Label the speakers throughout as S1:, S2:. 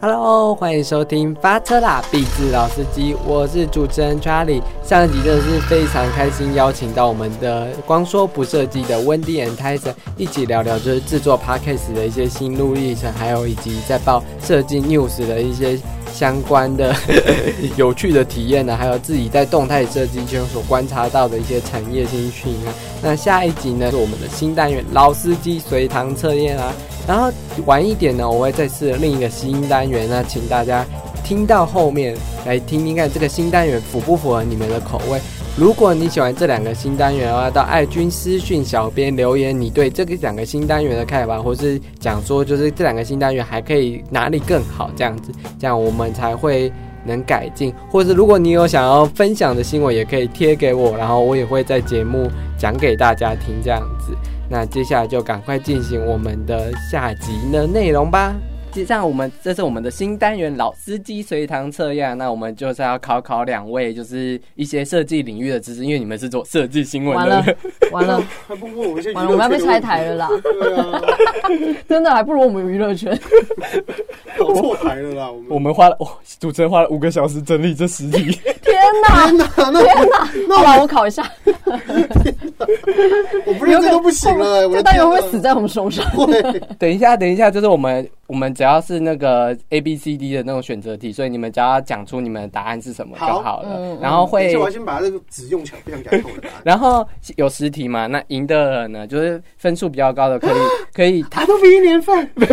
S1: Hello，欢迎收听发车啦，壁纸老司机，我是主持人 Charlie。上一集真的是非常开心，邀请到我们的光说不设计的 Wendy and Tyson 一起聊聊就是制作 Podcast 的一些心路历程，还有以及在报设计 News 的一些相关的 有趣的体验呢、啊还有自己在动态设计圈所观察到的一些产业新讯啊。那下一集呢是我们的新单元老司机随堂测验啊。然后晚一点呢，我会再试另一个新单元，那请大家听到后面来听听看这个新单元符不符合你们的口味。如果你喜欢这两个新单元的话，到爱君私讯小编留言你对这个两个新单元的看法，或是讲说就是这两个新单元还可以哪里更好这样子，这样我们才会能改进。或者如果你有想要分享的新闻，也可以贴给我，然后我也会在节目讲给大家听这样子。那接下来就赶快进行我们的下集的内容吧。接上我们这是我们的新单元老司机随堂测验，那我们就是要考考两位，就是一些设计领域的知识，因为你们是做设计新闻
S2: 完
S1: 的
S2: 了，完了，
S3: 还不如我一些娱
S2: 完了，我们要被拆台了啦！
S3: 对啊，
S2: 真的，还不如我们娱乐圈。
S3: 搞错台了啦，我
S1: 我
S3: 们。
S1: 们花了、哦，主持人花了五个小时整理这十题，
S2: 天哪，
S3: 天哪， 那
S2: 好吧，我考一下，
S3: 我不认真都不行了，我
S2: 这
S3: 的
S2: 单
S3: 天
S2: 元
S3: 哪
S2: 会死在我们手上。
S3: 会
S1: 等一下，等一下，就是我们我们只要是那个 A B C D 的那种选择题，所以你们只要讲出你们的答案是什么就
S3: 好
S1: 好了。
S2: 嗯嗯
S1: 然后
S3: 而
S1: 会
S3: 且我要先把这个纸用起来，不想改口了 啊啦。
S1: 然后有十题嘛，那赢的人呢，就是分数比较高的 可以可以
S3: 他都比一年份，
S1: 没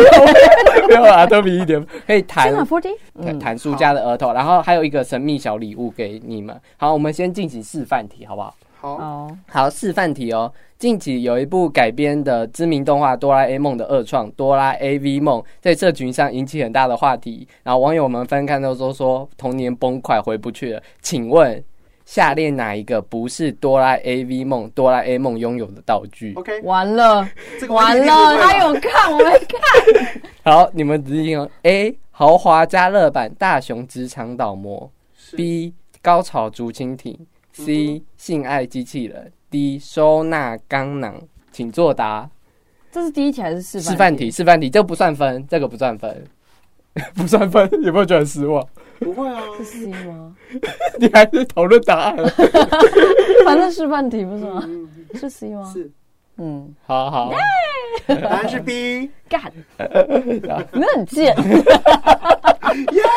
S1: 有啊，都比一点可以
S2: 天哪
S1: 弹
S2: ，forty，
S1: 弹
S2: 嗯，
S1: 弹输家的额头，然后还有一个神秘小礼物给你们。好，我们先进行示范题，好不好？
S3: 好，
S2: 哦，
S1: 好，示范题哦。近期有一部改编的知名动画《哆啦 A 梦》的二创《哆啦 A V 梦》在社群上引起很大的话题，然后网友们翻看都说说童年崩溃回不去了。请问下列哪一个不是哆啦 A V 梦哆啦 A 梦拥有的道具？
S3: ，OK，
S2: 完了，
S3: 这个我
S2: 完
S3: 一定不
S2: 了，
S3: 会啦
S2: 他有看，我没 看。
S1: 好，你们仔细听哦。A. 豪华加热版大雄职场倒模
S3: 是
S1: ；B. 高潮竹蜻蜓；C. 性爱机器人；D. 收纳钢囊。请作答。
S2: 这是第一题还是示
S1: 示范题，？示范题，这不算分，这个不算分， 不算分， 有没有觉得很失望？
S3: 不会啊，
S2: 这是 C 吗？
S1: 你还是讨论答案？
S2: 反正示范题不是吗？
S3: 嗯
S2: 是 C 吗？
S3: 是，
S2: 嗯，
S1: 好好，
S3: 答案是 B，
S2: 干，你很 贱。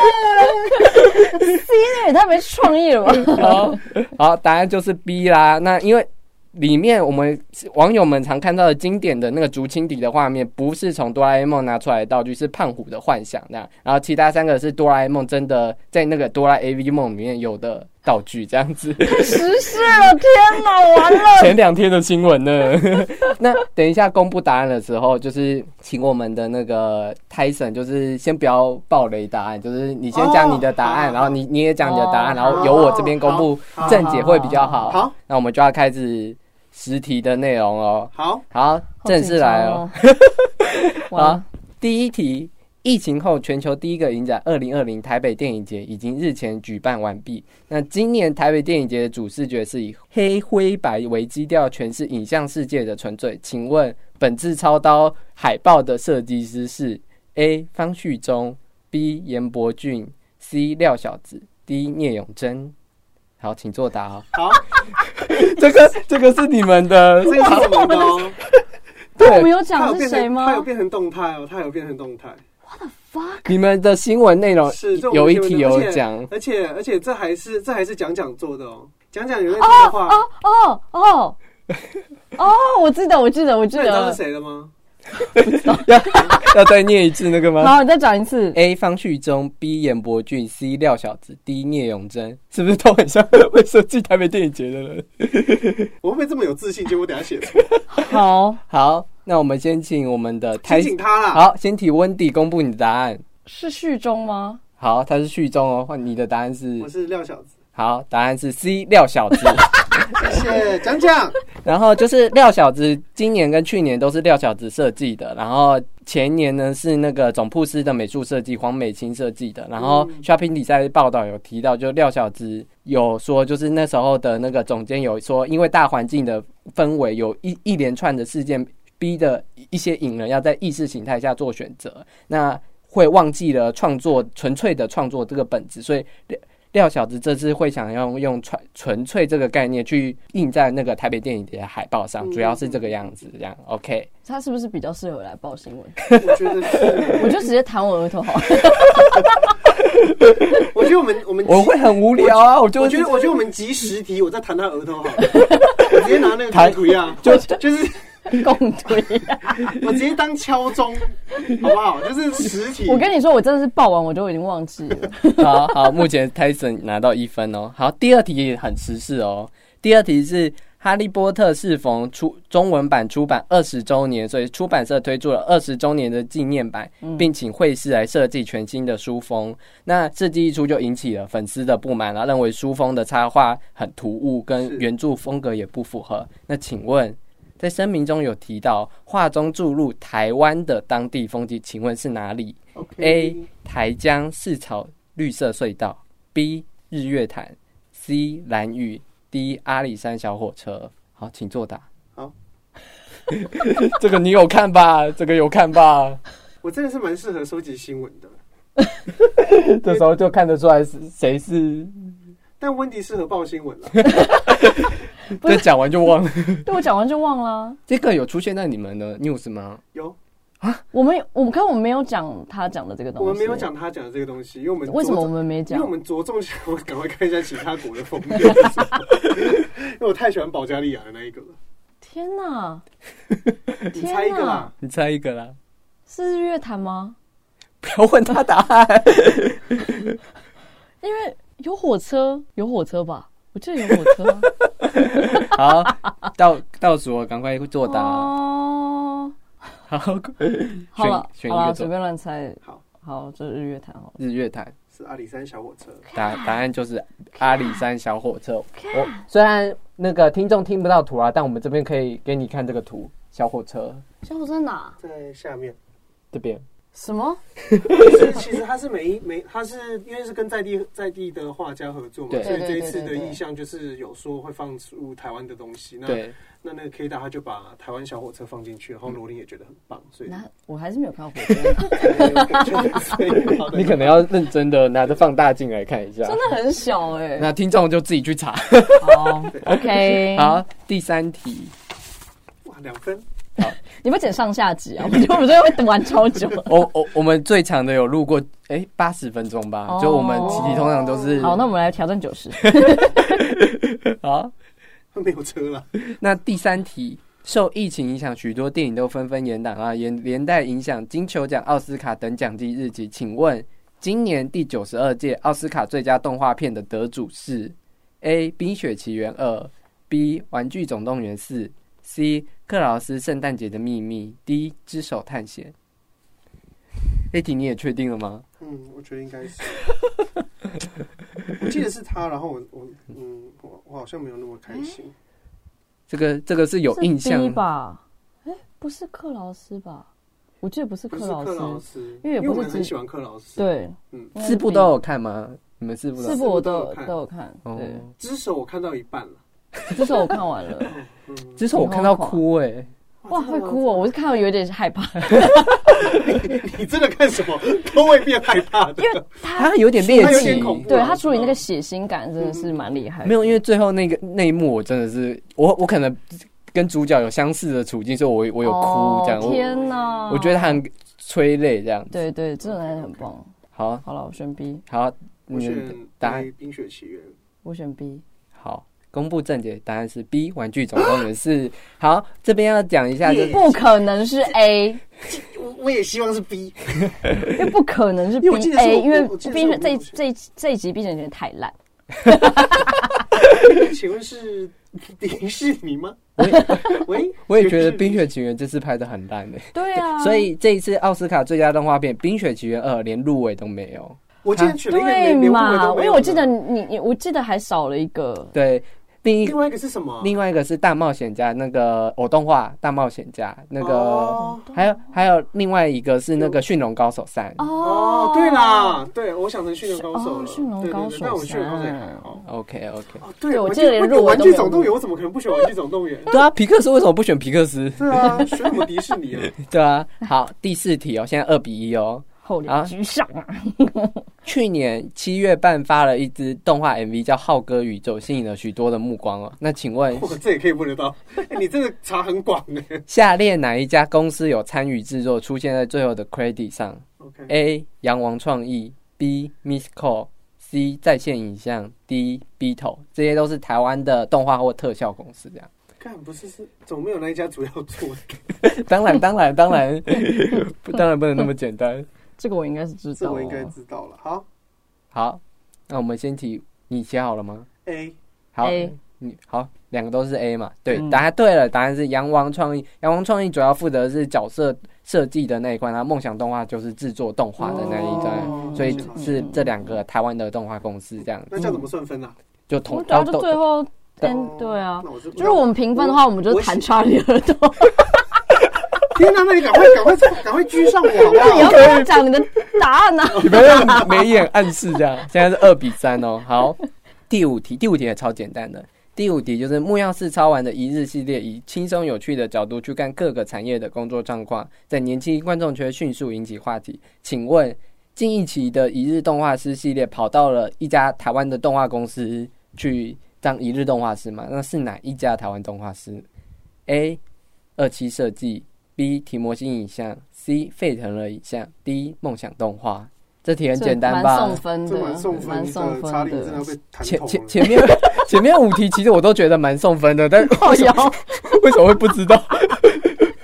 S2: C 那也太没创意了 吧？
S1: 好，好，答案就是 B 啦。那因为里面我们网友们常看到的经典的那个竹蜻蜓的画面，不是从哆啦 A 梦拿出来的道具，是胖虎的幻想那样。然后其他三个是哆啦 A 梦真的在那个哆啦 A V 梦里面有的道具，这样子。
S2: 实事了，天哪，完 了。
S1: 前两天的新闻呢？ 那等一下公布答案的时候，就是请我们的那个 Tyson，就是先不要暴雷答案，就是你先讲你的答案，
S3: 哦
S1: 然后你你也讲你的答案，
S2: 哦
S1: 然后由我这边公布
S3: 好好
S1: 正解会比较好。
S3: 好，
S1: 那我们就要开始实题的内容哦。
S3: 好，
S1: 好，正式来哦。
S2: 啊
S1: 好，，第一题，疫情后全球第一个影展二零二零台北电影节已经日前举办完毕。那今年台北电影节的主视觉是以黑灰白为基调，诠释影像世界的纯粹。请问本次操刀海报的设计师是 A 方旭中，B 严伯俊，C 廖小子，D 聂永贞。好，请作答哦。
S3: 好，
S1: 这个这个是你们 的
S3: 这个是什么的哦？
S2: 我们
S1: 对，
S2: 有
S3: 它
S2: 讲
S3: 有
S2: 是
S3: 变
S2: 谁
S3: 成，
S2: 吗
S3: 它有变成动态哦，它有变成动态，
S2: ？fuck，
S1: 你们的新闻内容
S3: 是这我
S1: 哦有
S3: 们
S1: 一题
S3: 新闻
S1: 有
S3: 而且
S1: 讲。
S3: 而且而且这还是这还是讲讲做的哦，讲讲有认真的话，
S2: 哦哦哦哦，我记得，我记得，我记
S3: 那你知道
S2: 得
S3: 是。谁了吗？
S1: 要要再念一次那个吗
S2: 好，你再讲一次。
S1: ？A 方旭中，B 严伯俊，C 廖小子，D 聂永贞，是不是都很像 会设计台北电影节的人？
S3: 我会不会这么有自信？结果等 下写错，
S2: 好，
S1: 好，那我们先请我们的台
S3: 请，请他啦。
S1: 好，先请温迪公布你的答案。
S2: 是序中吗？
S1: 好，他是旭中哦，换你的答案是
S3: 我是廖小子，
S1: 好，答案是 C 廖小子。
S3: 谢谢讲讲。
S1: 然后就是廖小子，今年跟去年都是廖小子设计的，然后前年呢是那个总铺师的美术设计黄美清设计的，然后
S3: 嗯
S1: shopping 比赛报道有提到，就廖小子有说，就是那时候的那个总监有说，因为大环境的氛围有一一连串的事件，逼的一些影人要在意识形态下做选择，那。会忘记了创作纯粹的创作这个本质，所以廖廖小子这次会想要用纯纯粹这个概念去印在那个台北电影节的海报上，
S3: 嗯
S1: 主要是这个样子。这样 OK，
S2: 他是不是比较适合来报新 闻？
S3: 我觉得是，
S2: 我就直接弹我额头好了。
S3: 我觉得我们我们
S1: 我会很无聊啊，我就
S3: 我觉得，我觉得我们集十题，我再弹他额头 好了，我直接拿那个弹涂鸦，就就是
S2: 共 推。
S3: 我直接当敲钟，好不好？就是十题，
S2: 我跟你说，我真的是报完我就已经忘记 了。
S1: 好好，目前 Tyson 拿到一分哦。好，第二题也很时事哦。第二题是《哈利波特》适逢出中文版出版二十周年，所以出版社推出了二十周年的纪念版，并请绘师来设计全新的书封。那设计一出就引起了粉丝的不满了，认为书封的插画很突兀，跟
S3: 是
S1: 原著风格也不符合。那请问？在声明中有提到画中注入台湾的当地风景，请问是哪里？
S3: OK
S1: A 台江市草绿色隧道，B 日月潭，C 蓝屿，D 阿里山小火车。好，请作答。
S3: 好，
S1: 这个你有看吧？这个有看 吧？
S3: 我真的是蛮适合收集新闻的，
S1: 这时候就看得出来是谁是。
S3: 但温迪适合报新闻了。
S1: 这讲完就忘了。
S2: 对我讲完就忘 了。啊
S1: 这个有出现在你们的 news 吗？
S3: 有，
S2: 我们我们可我们没有讲他讲的这个东西。
S3: 我们没有。讲他讲的这个东西，因为我们
S2: 为什么
S3: 着
S2: 我们没
S3: 因
S2: 讲
S3: 为我？们着重想，我赶快看一下其他国的封面，是什么因为我太喜欢保加利亚的那一个了。
S2: 天哪！
S3: 你猜一个啦，
S1: 你猜一个啦！
S2: 是日月潭吗？
S1: 不要问他答案。
S2: 因为有火车，有火车吧？我记得有火车 啊。
S1: 好，倒倒数了，赶快作
S3: 啊
S1: 答。
S2: 哦，
S1: 好，
S2: 好了
S1: 选选
S2: 好
S1: 一
S2: 了，
S1: 个
S2: 随
S1: 作
S2: 便乱猜。
S3: 好，
S2: 好，这日月潭好了。
S1: 日月潭。
S3: 是阿里山小火车。
S1: 答答案就是阿里山小火车。我虽然那个听众听不到图啊，但我们这边可以给你看这个图，小火车
S2: 小火车哪？
S3: 在下面，
S1: 这边。
S2: 什么？
S3: 其实其实他是每一每他是因为是跟在地在地的画家合作嘛，
S1: 对
S3: 所以这一
S2: 对
S3: 次
S2: 对
S3: 的
S2: 对对
S3: 意向就是有说会放出台湾的东西。那
S1: 对，
S3: 那那个 K 大他就把台湾小火车放进去，然后罗琳也觉得很棒，所以
S2: 那我还是没有看到火 车，
S1: 你可能要认真的拿着放大镜来看一下。
S2: 真的很小哎、
S1: 那听众就自己去查。
S2: 好，OK，
S1: 好，第三题，
S3: 哇两分，
S2: 你不剪上下集啊？我觉得我们这会玩超 久。
S1: 我我我们最长的有录过，哎，八十分钟吧
S2: 哦。
S1: 就我们集体通常都是
S2: 好，那我们来挑战九十。
S1: 好。
S3: 没有车了。
S1: 那第三题，受疫情影响，许多电影都纷纷延档啊，连连带影响金球奖、奥斯卡等奖季日期。请问，今年第九十二届奥斯卡最佳动画片的得主是：A. 冰雪奇缘二，B. 玩具总动员四，C. 克劳斯圣诞节的秘密，D. 只手探险。这题你也确定了吗？
S3: 嗯，我觉得应该 是。我记得是他，然后我我嗯，我我好像没有那么开
S2: 嗯
S3: 心。
S1: 这个这个是有印
S2: 是 D
S1: 象，
S2: 吧？哎、不是克劳斯吧？我记得不是
S3: 不
S2: 克
S3: 是
S2: 劳
S3: 克
S2: 斯，
S3: 劳斯，
S2: 因
S3: 因
S2: 为也不是
S3: 我们很
S2: 只
S3: 喜欢克劳斯。，
S2: 对，
S3: 嗯，
S2: 应该是
S1: 四部
S2: B
S1: 都有看吗？你们四部都有
S2: 四
S1: 看
S2: 部我都
S3: 四部
S2: 有
S3: 都有看
S2: 都有看，
S1: 哦
S2: 对，
S3: 只手我看到一半了。
S2: 这首我看完了，
S3: 嗯，
S1: 只是我看到哭哎、
S2: 哇，会哭哦！我是看到有点害怕，
S3: 你真的看什么 都会变害怕的
S2: 因。为他
S1: 他有点猎
S3: 他有
S1: 奇
S3: 点，恐怖
S2: 对他处理那个血腥感真的是蛮厉害的，
S1: 没有，因为最后那个那一幕，我真的是我我可能跟主角有相似的处境，所以我我有哭这样，
S2: 哦天哪！
S3: 啊
S1: 我我觉得他很催泪这样。
S2: 对对，这种男人很棒。
S1: 好
S2: 好了，我选 B，
S1: 好，
S3: 我
S1: 你的
S3: 选
S1: 答案
S3: 《冰雪奇缘》。
S2: 我选 B。
S1: 好。公布正解，答案是 B。玩具总动员是 好，这边要讲一下，就是
S2: 不可能是 A，因
S3: 我我也希望是 B，
S2: 为不可能是
S3: 因为我记
S2: B
S3: 得是
S2: A，
S3: 我
S2: 因为
S3: 我记得是
S2: 冰雪
S3: 我
S2: 这一
S3: 我
S2: 这一这一集冰雪有点太烂，
S3: 请问是 迪士尼吗？ 喂，
S1: 我也觉得《冰雪奇缘》这次拍的很烂诶、欸
S2: 对啊，
S1: 所以这一次奥斯卡最佳动画片《冰雪奇缘二》连入围都没有。
S3: 我竟然选了一个
S2: 对
S3: 连连入围
S2: 嘛，
S3: 都
S2: 因
S3: 没有的
S2: 为我记得你，你我记得还少了一个，
S1: 对，另一
S3: 另外一个是什么？
S1: 另外一个是大冒险家，那个偶动画大冒险家，那个、
S3: 哦
S1: 还有还有另外一个是那个驯龙高手三。
S3: 哦，对，啦，对我想成驯龙高手
S2: 哦
S3: 了，
S2: 驯龙
S3: 对对对
S2: 高手嗯
S3: 那我驯龙高手也还好。
S1: OK OK，？
S3: 哦，对，
S2: 对我
S3: 我
S2: 记得连
S3: 我
S2: 入围
S3: 玩
S2: 都
S3: 具
S2: 没有
S3: 总动员，
S2: 入
S3: 我怎么可能不选玩具总动 员
S1: 对啊，皮克斯为什么不选皮克斯？
S3: 对啊，选什么迪士尼啊？
S1: 对啊，好，第四题哦，现在二比一哦。
S2: 厚
S1: 啊
S2: 脸居上啊！
S1: 去年七月半发了一支动画 MV 叫《浩哥宇宙》，吸引了许多的目光哦。那请 问
S3: 我这也可以问得到，哎你真的查很广欸呢。
S1: 下列哪一家公司有参与制作，出现在最后的 credit 上
S3: OK，
S1: ？A. 洋王创意，B. Miss Call。C 在线影像，D Beatle，这些都是台湾的动画或特效公司。这样，
S3: 看不是是总没有那一家主要做，
S1: 当然，当然，当然， 不当然不能那么简单。
S2: 这个我应该是知
S3: 这
S2: 道
S3: 我应
S2: 哦。
S3: 该知道了。好
S1: 好，那我们先提，你写好了吗？
S3: ，A
S1: 好
S2: A
S1: 你好，两个都是 A 嘛？对，
S2: 嗯
S1: 答案对了，答案是阳王创意。阳王创意主要负责是角色设计的那一块，然后梦想动画就是制作动画的那一块，
S3: 哦
S1: 所以
S3: 了解
S1: 是
S2: 啊
S1: 这两个台湾的动画公司这样，
S3: 那这样怎么算分呢？
S1: 就
S2: 我
S1: 同
S2: 主要
S1: 都
S2: 就最后，
S3: 哦
S2: 嗯，对啊，
S3: 那我是
S2: 就是我们评分的话，我们就弹查理 耳朵。
S3: 天哪，那你赶快 赶快赶快居上我啊好不
S2: 那你要
S3: 好？
S2: 跟我讲你的答案啊！
S1: 你不要用眉眼暗示这样，现在是二比三哦。好，第五题，第五题也超简单的。第五题就是木曜四超玩的一日系列，以轻松有趣的角度去看各个产业的工作状况，在年轻观众圈迅速引起话题。请问近一期的一日动画师系列跑到了一家台湾的动画公司去当一日动画师吗？那是哪一家台湾动画师？A. 二期设计，B. 提摩西影像，C. 沸腾了影像，D. 梦想动画。这题很简单吧？
S2: 蛮送分
S3: 这
S2: 的，
S3: 蛮送分
S2: 蛮送
S3: 的，查理
S2: 分
S3: 你真
S2: 的
S3: 的 要。被弹
S1: 前
S3: 筒
S1: 前
S3: 了。
S1: 前面前面五题其实我都觉得蛮送分的，但是
S2: 靠腰，
S1: 为什么会不知道？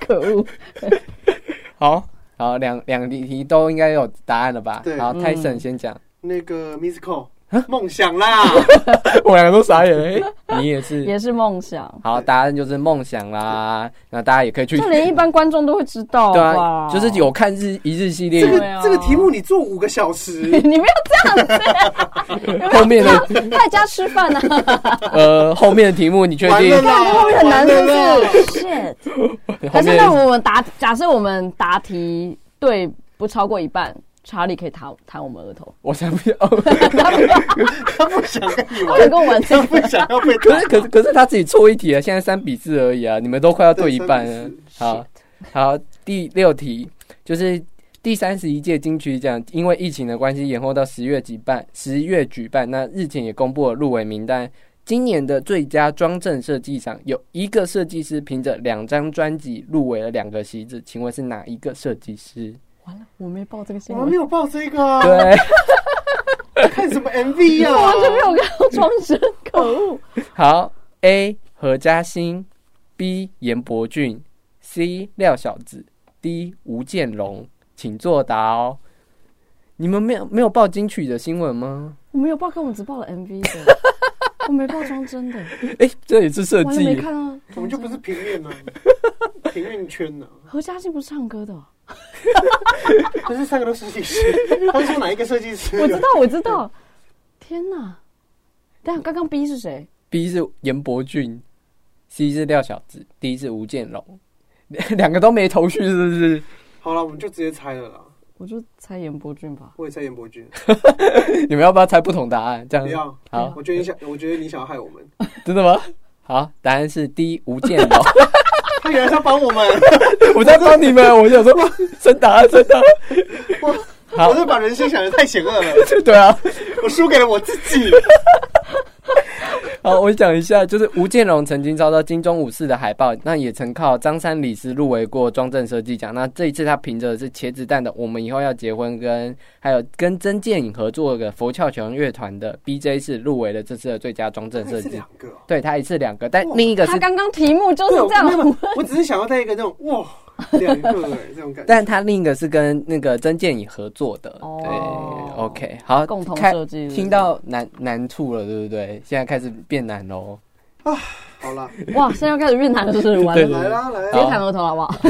S2: 可恶！
S1: 好好，两两题都应该有答案了吧？
S3: 对
S1: 好
S2: 嗯
S1: 泰森先讲，
S3: 那个 musical
S2: 啊
S3: 梦想啦，
S1: 我两个都傻眼，哎， 你也是。
S2: 也是梦想，
S1: 好，答案就是梦想啦。那大家也可以去，
S2: 这连一般观众都会知道
S1: 对
S2: 吧
S1: 啊，？就是有看日一日系列
S3: 这个
S2: 对啊，
S3: 这个题目你做五个小时
S2: 你没有这 样子，
S1: 后面的
S2: 的在家吃饭 呢，啊
S1: 呃后面的题目，你确
S3: 完了
S1: 定？
S3: 啦，
S2: 后面很难，
S3: 完了啦
S2: 是不是？shit！
S1: 后
S2: 还是
S1: 面
S2: 那我们答，假设我们答题对不超过一半，查理可以弹弹我们额头，
S1: 我想不 要。
S3: 他不想跟你
S2: 他们
S3: 玩，
S2: 跟我玩这
S3: 他
S2: 个
S3: 不想要被弹
S1: 可是可是可是他自己错一题了，现在三比四而已啊，你们都快要对一半了
S3: 对。
S1: 好，好，第六题就是第三十一届金曲奖，因为疫情的关系延后到十月举办，十月举办。那日前也公布了入围名单。今年的最佳装帧设计奖有一个设计师凭着两张专辑入围了两个席子，请问是哪一个设计师？
S2: 完了，我没报这个新
S3: 我
S2: 闻
S3: 们没，有报这个啊，
S1: 对，
S3: 看什么 MV
S2: 我完全没
S3: 啊？
S2: 有看到装神，可恶！
S1: 好，A 何嘉欣，B 严伯俊，C 廖小子，D 吴建龙，请作答哦。你们没有没有报金曲的新闻 吗？
S2: 我没有报，跟我们只报了 MV 的，我没报装真的，
S1: 哎、这也是设
S2: 完全没
S1: 计。
S2: 看到。
S3: 我们就不是平面啊，平面圈啊呢，
S2: 何嘉欣不是唱歌的哦，
S3: 不是三个都设计师，他是说哪一个设计师？啊
S2: 我知道，我知道。天哪！等一下，刚刚 B 是谁？
S1: B 是严伯俊，C 是廖小子，D 是吴建龙， 两个都没头绪，是不是？
S3: 好了，我们就直接猜了啦，
S2: 我就猜严伯俊吧。
S3: 我也猜严伯君，
S1: 你们要不要猜不同答案？这
S3: 不
S1: 样
S3: 要，
S1: 好，
S3: 我觉得你想，我觉得你想要害我们，
S1: 真的吗？好，答案是 D 吴建龙。
S3: 他原来是要帮我们，
S1: 我在帮你们，我想说 真答案，真答案。 好
S3: 我是把人生想的太险恶了，
S1: 对啊，
S3: 我输给了我自己。
S1: 好，我讲一下，就是吴建荣曾经遭到金钟五四的海报，那也曾靠张三李四入围过装帧设计奖。那这一次他凭着是茄子蛋的《我们以后要结婚》跟还有跟曾建颖合作的佛跳墙乐团的 BJ 是入围了这次的最佳装帧设
S3: 是
S1: 计
S3: 两。个哦，
S1: 对他一次两个， 但另一个
S2: 啊他
S1: 是，
S2: 刚刚题目就是
S3: 对，我
S2: 这样
S3: 没。有，没有我只是想要带一个那种哇，两个哎，这种感觉。
S1: 但他另一个是跟那个曾建颖合作的。
S2: 哦
S1: 对，OK，好，
S2: 共同
S1: 开
S2: 设计是不是
S1: 听到难难处了，对不对？现在开始变难喽。
S3: 好啦，
S2: 哇，现在要开始越南了，是不是？完
S1: 对
S2: 了，
S1: 对
S3: 来啦来
S2: 直
S3: 啦
S2: 接弹额头好啊不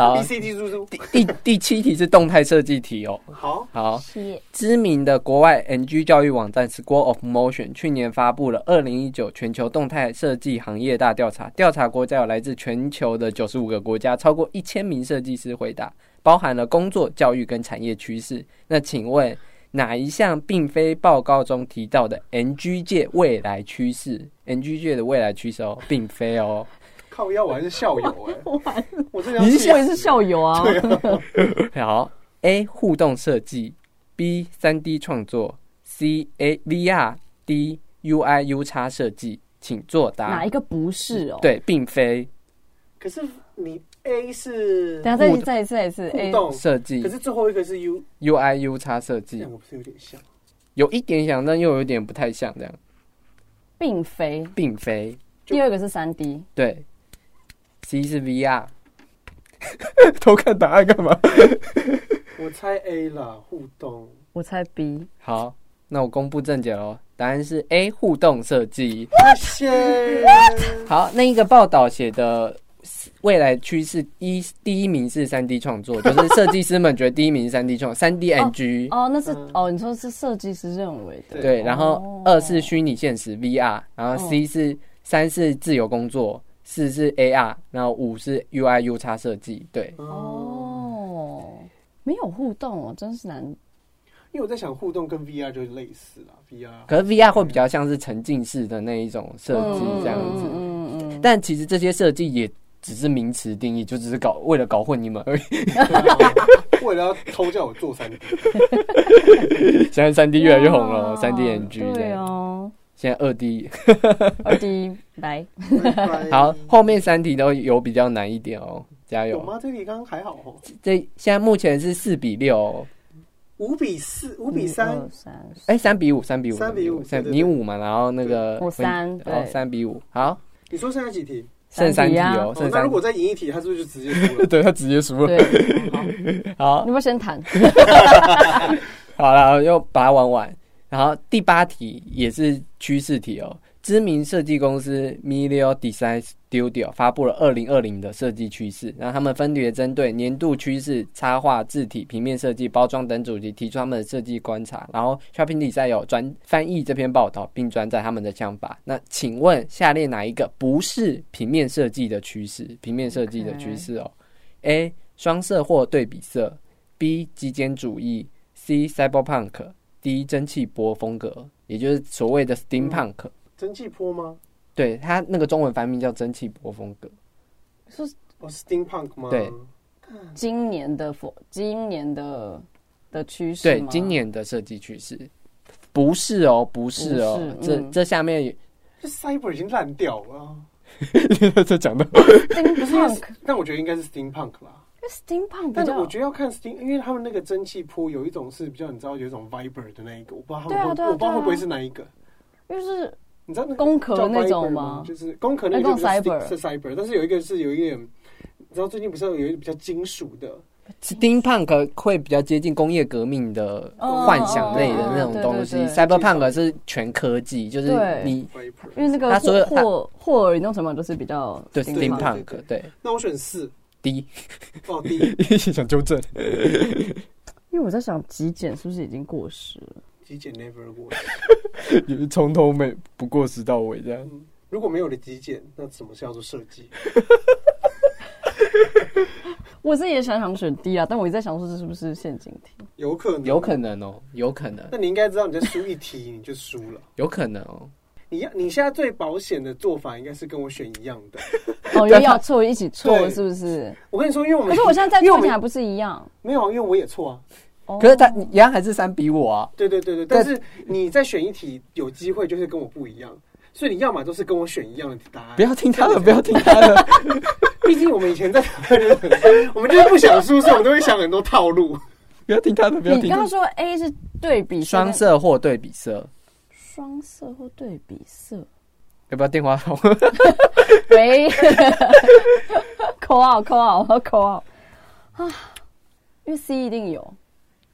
S2: 好？
S1: 好
S3: ，B，C D E, 猪猪，
S1: 第第七题是动态设计题哦。
S3: 好，
S1: 好，
S2: 是
S1: 知名的国外 NG 教育网站 School of Motion 去年发布了二零一九全球动态设计行业大调查，调查国家有来自全球的九十五个国家，超过一千名设计师回答，包含了工作、教育跟产业趋势。那请问哪一项并非报告中提到的 NG 界未来趋势？NG 界的未来趋势哦，并非哦。
S3: 靠腰，我还是校友哎、我真的要
S2: 你
S3: 气
S2: 我也
S3: 死
S2: 是校友啊，
S3: 对啊，
S1: 好，A 互动设计，B 三 D 创作，C A VR D UI U 叉设计，请作答
S2: 哪一。个不是哦？，
S1: 对，并非
S3: 可是你 A 是
S2: 等下再
S1: 互动
S2: 再一次再一次
S3: 互
S2: A，
S3: 动，
S1: 设计
S3: 可是最后一个是 U，
S1: ，UI U 叉设
S3: 这
S1: 计
S3: 样我不是有点像？
S1: 有一点像，但又有一点不太像，这样，
S2: 并非。
S1: 并非
S2: 第二个是三 D，
S1: 对。C 是 VR，偷看答案干嘛？
S3: 我猜 A 啦，互动。
S2: 我猜 B。
S1: 好，那我公布正解喽，答案是 A 互动设计。
S3: 谢
S1: 好，那一个报道写的未来趋势一第一名是三 D 创作，就是设计师们觉得第一名是三 D 创三 D NG，、
S2: 哦，那是
S3: 嗯
S2: 哦，你说是设计师认为的。
S1: 对，
S2: 哦
S1: 然后二是虚拟现实 VR，然后 C 是、三是自由工作，四是 AR，然后五是 UI U 叉设计，对，
S3: 哦，
S2: 哦，没有互动哦，真是难。
S3: 因为我在想互动跟 VR 就类似啦，VR
S1: 可是 VR 会比较像是沉浸式的那一种设计这样子，
S2: 嗯嗯嗯嗯嗯
S1: 但其实这些设计也只是名词定义，就只是搞为了搞混你们而已。
S3: 对啊为了要偷叫我做三 D，
S1: 现在三 D 越来越红了，
S2: 嗯
S1: 哦
S2: 哇
S1: 三 D NG 这
S2: 对
S1: 样，
S2: 哦，
S1: 现在二 D
S2: 二 D 来，
S3: 哎
S1: 好，后面三题都有比较难一点哦，加
S3: 有
S1: 油！
S3: 吗？这里刚刚还好哦，
S1: 这现在目前是四比六、哦，
S3: 五比四，五比
S2: 一
S3: 三
S2: 二，三四，
S1: 哎，三比五，三比五，
S3: 3比5
S1: 三
S3: 对对
S1: 你
S3: 对
S1: 五嘛，然后那个
S2: 我三
S1: 然后
S2: 对
S1: 三比五，好，
S3: 你说剩下几题？
S1: 剩三题
S2: 三题啊
S1: 哦，
S3: 哦
S1: 剩
S3: 那
S1: 三
S3: 如果
S1: 题，
S3: 再赢一题，他是不是就直接输
S1: ？
S3: 了
S1: 对他直接输了，
S2: 对，
S1: 好
S2: 你，要先谈。
S1: 好了，又把它玩完。然后第八题也是趋势题哦。知名设计公司 Milio Design Studio 发布了2020的设计趋势，然后他们分别针对年度趋势、插画、字体、平面设计、包装等主题提出他们的设计观察。然后 Shopping Design 有转翻译这篇报道，并转载他们的想法。那请问下列哪一个不是平面设计的趋势？平面设计的趋势哦，A 双色或对比色，B 极简主义，C cyberpunk。D 蒸汽波风格，也就是所谓的 steampunk，、
S3: 蒸汽波吗？
S1: 对它那个中文翻译叫蒸汽波风格。
S2: 说
S3: 哦，steampunk 吗？
S1: 对
S2: 今年的佛，今年的的趋势
S1: 对
S2: 吗，
S1: 今年的设计趋势不是哦，不是哦，
S2: 不是
S1: 这、
S2: 嗯
S1: 这下面
S3: 这 cyber 已经烂掉了，
S1: 这讲的
S2: steampunk
S3: 但我觉得应该是 steampunk 啦。
S2: steampunk 比
S3: 但是
S2: 较
S3: 我觉得要看 steam，因为他们那个蒸汽波有一种是比较你知道有一种 viber 的那一个，我不知道他们
S2: 对啊
S3: 会不
S2: 对啊
S3: 我不知道
S2: 对啊
S3: 会不会是哪一个。
S2: 因为是
S3: 你知道那个
S2: 工壳
S3: 叫
S2: 那种
S3: Viber
S2: 吗
S3: 就是工壳那
S2: 那
S3: 种
S2: 种 cyber
S3: 是 cyber，但是有一个是有一点，你知道最近不是有一个比较金属的，
S1: steampunk 会比较接近工业革命的
S2: 哦
S1: 幻想类的那
S2: 哦
S1: 种
S2: 对
S1: 东西、
S2: 对对
S1: c y b e r p u n k 是全科技，就是
S2: 对
S1: 你
S3: viber
S2: 因为那个
S1: 他所有
S2: 霍
S1: 他
S2: 霍霍尔移动城堡就是比较
S1: 对
S3: 对对
S1: steampunk
S3: 对
S1: 对
S3: 那我选四
S1: D，
S3: 哦，D
S1: 一起想纠正。
S2: 因为我在想极简是不是已经过时了？
S3: 极简 never 过。
S1: 从头没不过时到尾这样。
S3: 嗯如果没有了极简，那什么叫做设计？
S2: 我自己也想想选 D 啊，但我一直在想说这是不是陷阱题？
S3: 有可能，
S1: 有可。能哦，有可能，
S3: 那你应该知道，你在输一题你就输了。
S1: 有可能哦。
S3: 你要你现在最保险的做法应该是跟我选一样的。
S2: 哦，又要错一起错
S3: 对
S2: 是不是？
S3: 我跟你说，因为我
S2: 可
S3: 们
S2: 是我现在在啊
S3: 因为
S2: 错
S3: 我
S2: 题
S3: 们
S2: 还不是一样？
S3: 没有，因为我也错啊。
S2: 哦
S1: 可是他一样还是三比五啊。
S3: 对对对对，但是你再选一题，有机会就是跟我不一样，所以你要么都是跟我选一样的答案。
S1: 不要听他的，不要听他的。
S3: 毕竟我们以前在台湾就是，我们就是不想输，所以我们都会想很多套路。
S1: 不要听他的，不要
S2: 你
S1: 听
S2: 刚
S1: 他
S2: 刚
S1: 的。
S2: 说 A 是对比色
S1: 双色或对比色，
S2: 双色或对比色，
S1: 要不要电话 号？
S2: 喂， 扣号扣号我要扣号啊，因为 C 一定有，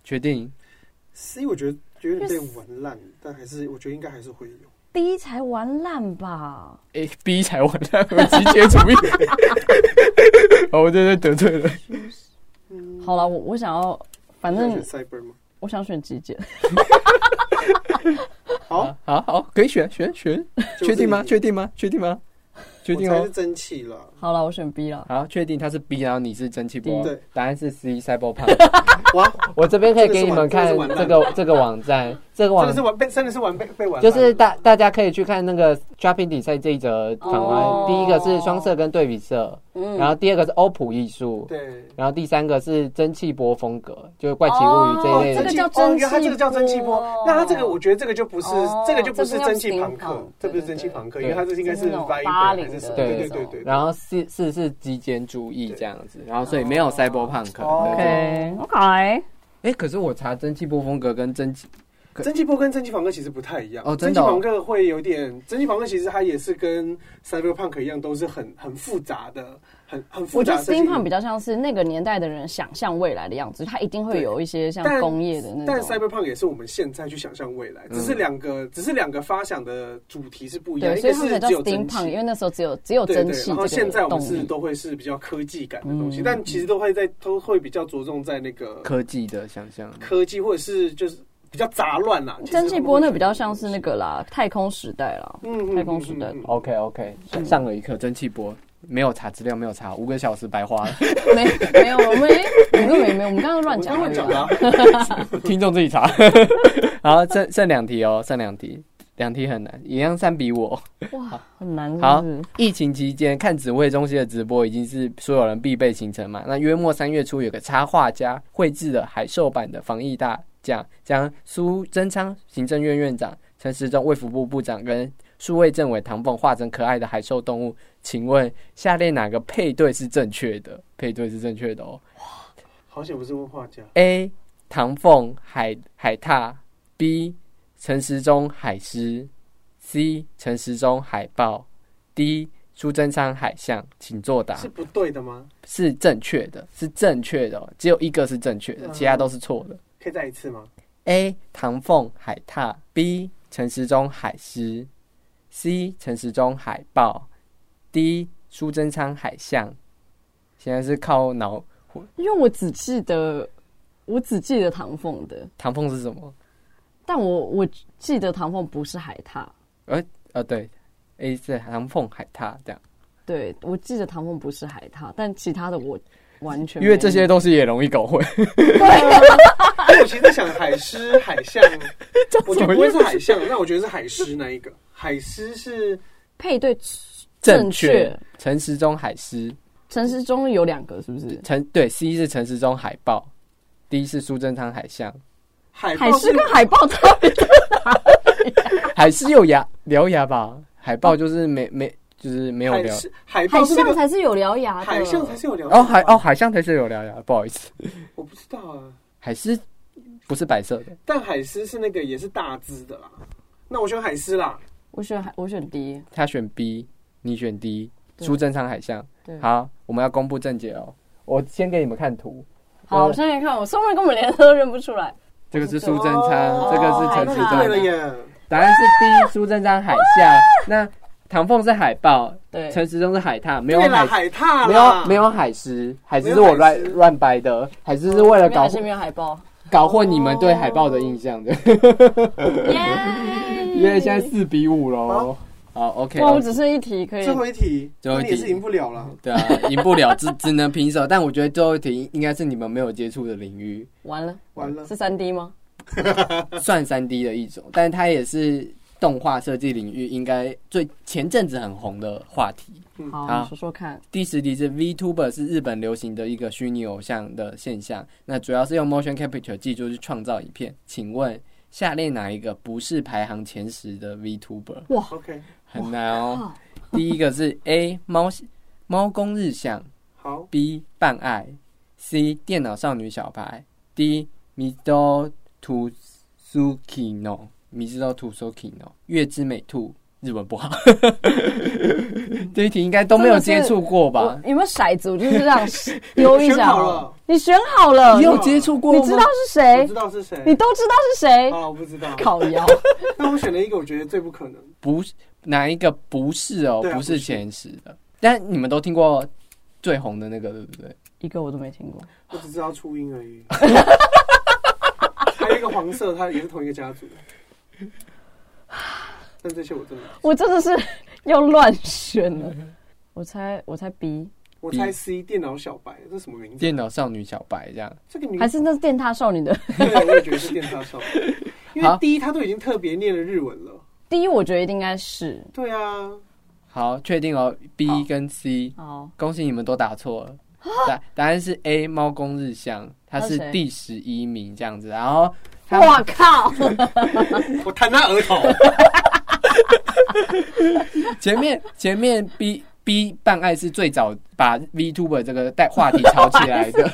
S1: 决定
S3: C 我觉得有点被玩烂，但还是我觉得应该还是会有。
S2: D 才玩烂吧？
S1: A B 才完蛋，我 集结主 义。哦，我真的得罪了。
S2: 好了，我我想要，反
S3: 那你
S2: 正
S3: 选 Cyber 吗？
S2: 我想选极简。
S3: 好，
S1: 好好，可以选选选，
S3: 就
S1: 确定吗？
S3: 这
S1: 确
S3: 一题
S1: 定吗？确定吗？确定
S3: 我猜
S1: 哦
S3: 是。蒸汽啦。
S2: 好了，我选 B 了。
S1: 好，确定它是 B，然后你是蒸汽波。
S3: 对，
S1: 答案是 C，赛博胖。
S3: 哇，
S4: 我这边可以给你们看
S3: 这个是完
S4: 这个这个网站，这个
S3: 真
S4: 网
S3: 的是玩被，真的是玩被被玩烂
S4: 就
S3: 了。
S4: 是大大家可以去看那个 Shopping 比赛这一则访问，
S2: 哦
S4: 第一个是双色跟对比色，
S2: 嗯，
S4: 然后第二个是欧普艺术，
S3: 对。
S4: 然后第三个是蒸汽波风格，就是怪奇物语这一类的
S2: 哦这。个叫
S3: 哦，
S2: 蒸汽波
S3: 原来它这个叫蒸汽波。那它这个，我觉得这个就不是
S2: 哦，
S3: 这个就不是蒸汽朋
S2: 这个
S3: 克
S2: 是，
S3: 这不是蒸汽朋克，
S4: 对
S3: 因为它这应该
S2: 这
S3: 是
S2: 是那种
S3: vibe
S2: 80
S3: 还是什
S4: 的
S3: 么？对对
S4: 那
S3: 对
S2: 种
S3: 对。对
S4: 然后四四是极简主义这样子，然后所以没有
S2: 哦
S4: cyberpunk
S3: 哦
S4: 对。对对
S2: OK OK，
S1: 哎，可是我查蒸汽波风格跟蒸汽
S3: 蒸汽波跟蒸汽朋克其实不太一样
S1: 哦真
S3: 蒸
S1: 的
S3: 汽
S1: 哦
S3: 朋克会有点，蒸汽朋克其实它也是跟 cyberpunk 一样，都是很很复杂的，很很复
S2: 我觉
S3: 杂
S2: 得
S3: 的设计。
S2: steampunk 比较像是那个年代的人想象未来的样子，它一定会有一些像
S3: 但
S2: 工业的那
S3: 但
S2: 种。嗯
S3: cyberpunk 也是我们现在去想象未来，只是两个，只是两个发想的主题是不一样，
S2: 对，
S3: 一
S2: 所以
S3: 个
S2: 它才
S3: 是
S2: 叫
S3: 只有蒸汽
S2: steampunk，，因为那时候只有只有
S3: 对
S2: 蒸
S3: 对，
S2: 汽
S3: 然后
S2: 哦这
S3: 现在
S2: 个
S3: 我
S2: 动
S3: 们是
S2: 力。
S3: 都会是比较科技感的东西，
S2: 嗯
S3: 但其实都会在都会比较着重在那个
S1: 科技的想象。
S3: 科技或者是就是比较杂乱啦。
S2: 蒸汽波那比较像是那个啦，太空时代 啦。
S3: 嗯
S2: 太空时代吧
S1: OK OK，上了一课，蒸汽波没有查资料，没有查，五个小时白花了，
S2: 没没有，我们哎我们没没，我们刚刚乱
S3: 我
S2: 讲
S3: 刚
S2: 而
S3: 刚
S2: 已
S3: 讲啊
S2: 啦。
S3: 了，
S1: 听众自己查。好，剩剩两题哦，剩两题，两题很难，一样三比五。
S2: 哇，很难
S1: 好
S2: 是不是？
S1: 疫情期间看指挥中心的直播已经是所有人必备行程嘛。那约莫三月初，有个插画家绘制了海兽版的防疫大奖，将苏贞昌行政院院长、陈时中卫福部部长跟数位政委唐凤画成可爱的海兽动物。请问下列哪个配对是正确的？配对是正确的哦。
S3: 好险不是问画家，
S1: A. 唐凤海海獭，B. 陈时中海狮，C. 陈时中海豹，D. 苏贞昌海象，请作答
S2: 啊
S3: 是。不对的吗？
S1: 是正确的，是正确的哦、只有一个是正确的，
S3: 嗯
S1: 其他都是错的。
S3: 可以再一次吗？
S1: A. 唐凤海獭，B. 陈时中海狮，C. 陈时中海豹，D. 苏贞昌海象。现在是靠脑，
S2: 因为我只记得我只记得唐凤的，
S1: 唐凤是什么？
S2: 但我我记得唐凤不是海獭，
S1: 呃，对，A 是唐凤海獭这样。
S2: 对我记得唐凤不是海獭，但其他的我完全
S1: 因为这
S2: 没
S1: 些
S2: 有
S1: 东西也容易搞 混。
S3: 因为我其实在想海狮、海 象，我觉得不会是海象，那我觉得是海狮那一个。海狮是
S2: 配对
S1: 正
S2: 正
S1: 确
S2: 确，
S1: 陈时中海狮，
S2: 陈时中有两个是不是？
S1: 陈对 C 是陈时中海豹，D 是苏贞昌海象，
S3: 海
S2: 海
S3: 豹
S2: 狮
S3: 是
S2: 跟海豹差别
S1: 海狮有牙獠牙吧？海豹就是没没就是没有
S3: 海
S1: 獠。
S3: 狮，海
S2: 哦海
S3: 豹是那
S2: 象
S3: 个
S2: 才是有獠牙的，
S3: 海象才是有聊
S1: 哦海哦，海象才是有獠牙，不好意思，
S3: 我不知道啊。
S1: 海狮不是白色的。
S3: 但海狮是那个也是大只的啦，那我选海狮啦。
S2: 我选海，我选 D，
S1: 他选 B，你选 D，
S2: 对
S1: 苏贞昌海象。
S2: 对，
S1: 好，我们要公布正解哦。我先给你们看图，
S2: 好，我现在看，我上面根本连 都认不出来，
S1: 这个是苏贞
S2: 哦
S1: 昌，这个是陈时
S3: 那
S1: 中
S3: 你对。了耶。
S1: 答案是 D，苏贞昌海象。那唐凤是海豹，
S2: 对，
S1: 陈时中是海獭，没有
S3: 对了，
S1: 海，
S3: 海獭啦
S1: 没有没有海狮，海狮是我
S3: 没有海
S1: 乱
S3: 狮
S1: 乱掰的，海狮是为了
S2: 这边
S1: 搞
S2: 还哦是没有哦海豹，
S1: 搞混你们对海豹的印象的，
S2: 耶！
S1: 因为现在四比五喽。好，OK，
S2: 哇，我只剩一题可以
S3: 最，后一题，
S1: 最后一
S3: 那
S1: 题
S3: 你也是赢不了了。
S1: 对啊，赢不了，只 只能平手。但我觉得最后一题应该是你们没有接触的领域，
S2: 完了，
S3: 完了，
S2: 是三 D 吗？
S1: 算三 D 的一种，但它也是动画设计领域应该最前阵子很红的话题。好
S2: 好，你说说看，
S1: 第十题是 VTuber 是日本流行的一个虚拟偶像的现象，那主要是用 motion capture 技术去创造影片。请问下列哪一个不是排行前十的 VTuber？
S3: OK，
S1: 很难哦
S2: 哇。
S1: 第一个是 A 猫猫公日向
S3: 好，
S1: ，B 半爱，C 电脑少女小白，D Mido t u k i n o Mido t u k i n o 月之美兔。日文不好， 这一题应该都没有接触过吧
S2: 我？有没有骰子？我就是这 样丢一
S3: 选
S2: 下
S3: 好
S2: 好
S3: 了
S2: 了。你选好了，
S1: 你
S2: 你
S1: 有接触过吗？
S2: 呃你知道是
S3: 我
S2: 谁
S3: 知，道是谁。
S2: 哎你哎都知道是谁，
S3: 啊，我不知道。
S2: 烤 窑。
S3: 那我选了一个我觉得最不可能。
S1: 不是哪一个不是哦，
S3: 对啊
S1: 不
S3: 不
S1: 是
S3: 是
S1: 前十的。但你们都听过最红的那个，对不对？
S2: 一个我都没听过。
S3: 我只知道初音 而已。还有一个黄色，它也是同一个家族。但这些我真的
S2: 我真的是 又乱选了。我猜，我猜 B，
S3: 我猜 C 电脑小白，这什么名字？
S1: 电脑少女小白这样。
S3: 这个名字
S2: 还是那是电踏少女的
S3: 对，我也觉得是电塔 少女，因为
S1: 好
S3: 第一他都已经特别念了日文了。
S2: 第一，我觉得应该是
S3: 对 啊，
S1: 好，确定哦
S2: 好
S1: ，B 跟 C，
S2: 好
S1: 恭喜你们都答错了。答答案是 A 猫公日向，他
S2: 他是
S1: 是
S2: 谁
S1: 第十一名这样子，然后他
S2: 哇靠！
S3: 我弹他额头，
S1: 前面前面 B B 办爱是最早把 VTuber 这个带话题炒起来的，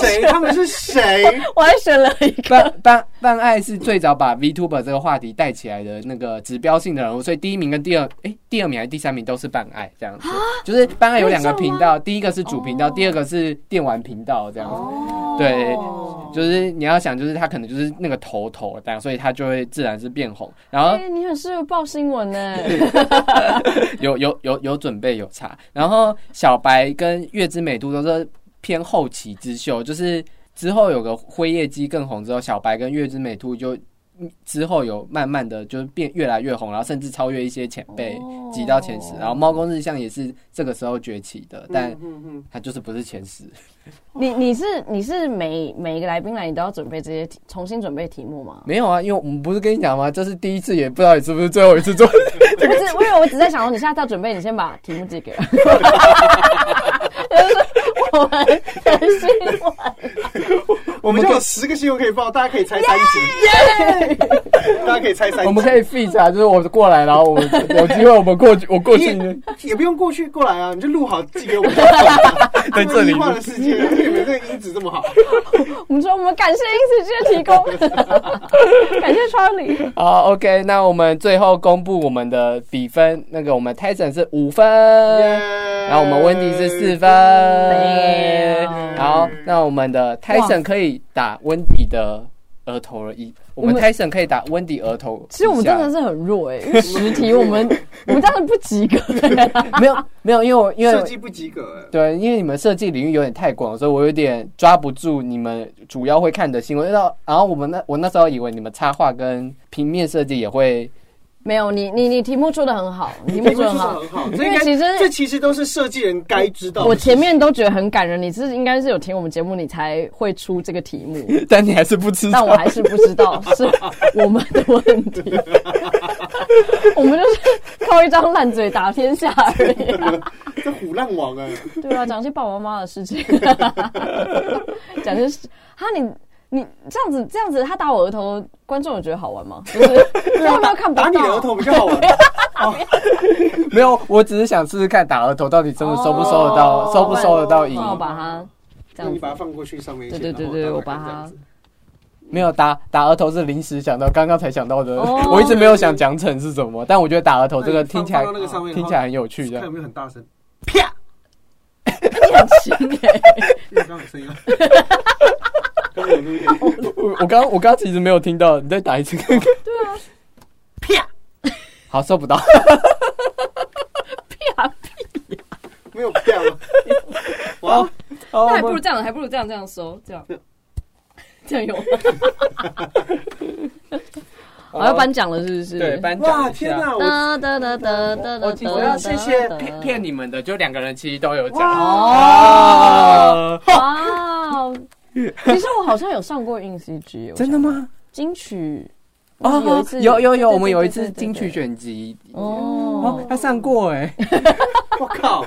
S3: 谁？他们是 谁？
S2: 我还选了一个，
S1: 办 办办爱是最早把 VTuber 这个话题带起来的那个指标性的人物，所以第一名跟第二，哎、第二名还是第三名都是办爱这样子，就是办爱有两个频道，第一个是主频道，
S2: 哦
S1: 第二个是电玩频道这样子。
S2: 哦
S1: 对就是你要想，就是他可能就是那个头头这样，所以他就会自然是变红。然后
S2: 哎，你很适合报新闻 呢。
S1: 有有有有准备有查，然后小白跟月之美都都是偏后起之秀，就是之后有个辉夜姬更红之后，小白跟月之美都就嗯之后有慢慢的就是变越来越红，然后甚至超越一些前辈
S2: 哦
S1: 挤到前十，然后猫公日向也是这个时候崛起的，但
S3: 嗯嗯嗯，
S1: 他就是不是前十，
S2: 你你是你是每每一个来宾来，你都要准备这些题重新准备题目吗？
S1: 没有啊，因为我们不是跟你讲吗？这是第一次，也不知道你是不是最后一次做。
S2: 不是，因为我只在想说，你下次要准备，你先把题目寄给 我。就是我们的新 闻，
S3: 我们就有十个新闻可以报，大家可以猜三集，大家可以猜三集。
S1: 我们可以 fit 啊，就是我过来，然后我们有机会我们过去，我过去
S3: 也也不用过去过来啊，你就录好寄给我 们。
S1: 在这里
S3: 化的世界，你们这个音质这么好，
S2: 我们说我们感谢音视剧提供， 感谢超理。
S1: 好，OK，那我们最后公布我们的比分，那个我们 Tyson 是五分呃然
S3: 然
S1: 后我们温迪是四分。
S2: Damn
S1: 好，那我们的 Tyson 可以打温迪的额头而已，我们
S2: 我们
S1: Tyson 可以打温迪额头以下。
S2: 其实我们真的是很弱哎、因为十题我们我们真的不及格、
S1: 没有没有，因为我因为
S3: 设计不及格。欸
S1: 对，因为你们设计领域有点太广，所以我有点抓不住你们主要会看的新闻。然后然后我们那我那时候以为你们插画跟平面设计也会
S2: 没有你你你题目出的很好，你题
S3: 你
S2: 目
S3: 们
S2: 出
S3: 说
S2: 的
S3: 的
S2: 很好。
S3: 很好，
S2: 因
S3: 这
S2: 为
S3: 应该
S2: 其实
S3: 这其实都是设计人该知道 的。
S2: 我前面都觉得很感人，你是应该是有听我们节目，你才会出这个题目，
S1: 但你还是不知
S2: 但
S1: 道。
S2: 我还是不知道是我们的问题， 我们就是靠一张烂嘴打天下而 已、
S3: 这虎烂王哎，
S2: 对啊，讲些爸爸妈妈的事情， 讲些事哈你。你这样子，这样子，他打我额头，观众有觉得好 玩吗？就是他们看不
S3: 啊打
S2: 到，
S3: 你的额头比较好玩。
S1: 没有，我只是想试试看打额头到底真的收不收得到，
S3: 哦
S1: 收不收得到
S2: 那
S1: 赢。
S2: 我把它这
S3: 那
S2: 样
S3: 你
S2: 子
S3: 把它放过去上面一些，
S2: 对对对对
S3: 然后
S2: 我把它
S3: 这样子
S1: 没有打打额头是临时想到，刚刚才想到的。
S2: 哦
S1: 我一直没有想奖惩是什么，但我觉得打额头这个听起来
S3: 放到那个上面
S1: 听起来很有趣
S3: 看有
S1: 的。
S3: 没有很大声，啪，
S2: 哎很 轻耶，
S3: 因为刚刚有声音啊。刚刚有录音哦
S1: 我我刚我刚其实没有听到，你再打一次看看。
S2: 啊
S3: 啪，
S1: 好，收 不到。
S3: 没有啪 吗？哇，
S1: 哦
S2: 那还
S1: 我
S2: 不如
S1: 们
S2: 这样，还不如这样这样收，这 样这样用。我要颁奖了，是不是？
S1: 对。颁奖
S3: 哇，
S1: 一
S3: 天
S1: 下。
S3: 哪！我
S2: 哒哒哒哒哒哒
S1: 我
S2: 哒
S1: 我要谢谢
S2: 哒
S1: 骗骗你们的，就两个人其实都有奖。哦，
S2: 哦！哇，哦其实我好像有上过 In CG，我
S1: 真
S2: 想
S1: 的吗？
S2: 金曲
S1: 哦，
S2: 有一次
S1: 有有有，
S2: 对
S1: 我们有一次
S2: 对对对对
S1: 金曲选集，
S2: 哦
S1: 哦，，他上过哎。
S3: 我靠，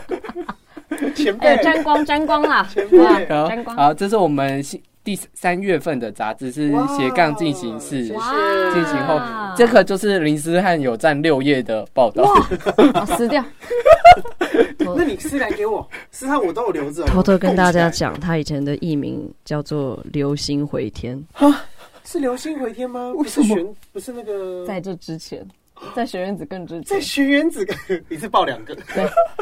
S3: 前
S2: 哎
S3: 辈
S2: 呦，沾光沾光 啦，
S3: 前辈
S2: 哇
S1: 好
S2: 沾，光
S1: 好，这是我们新第三月份的杂志是
S3: 哇
S1: 斜杠进行式
S3: 谢谢
S2: 哦哇
S1: 进行后，这个就是林思翰有占六页的报 道。
S2: 啊 撕掉。
S3: 那你私来给我，私汉我都有留着。
S2: 偷偷跟大家
S3: 我
S2: 讲，他以前的艺名叫做流星回天。
S3: 供起来，是流星回天吗？
S1: 为什么
S3: 不是玄？不是那个
S2: 在这之前，在学院子更之
S3: 在
S2: 前，
S3: 玄元子， 一次 爆两个。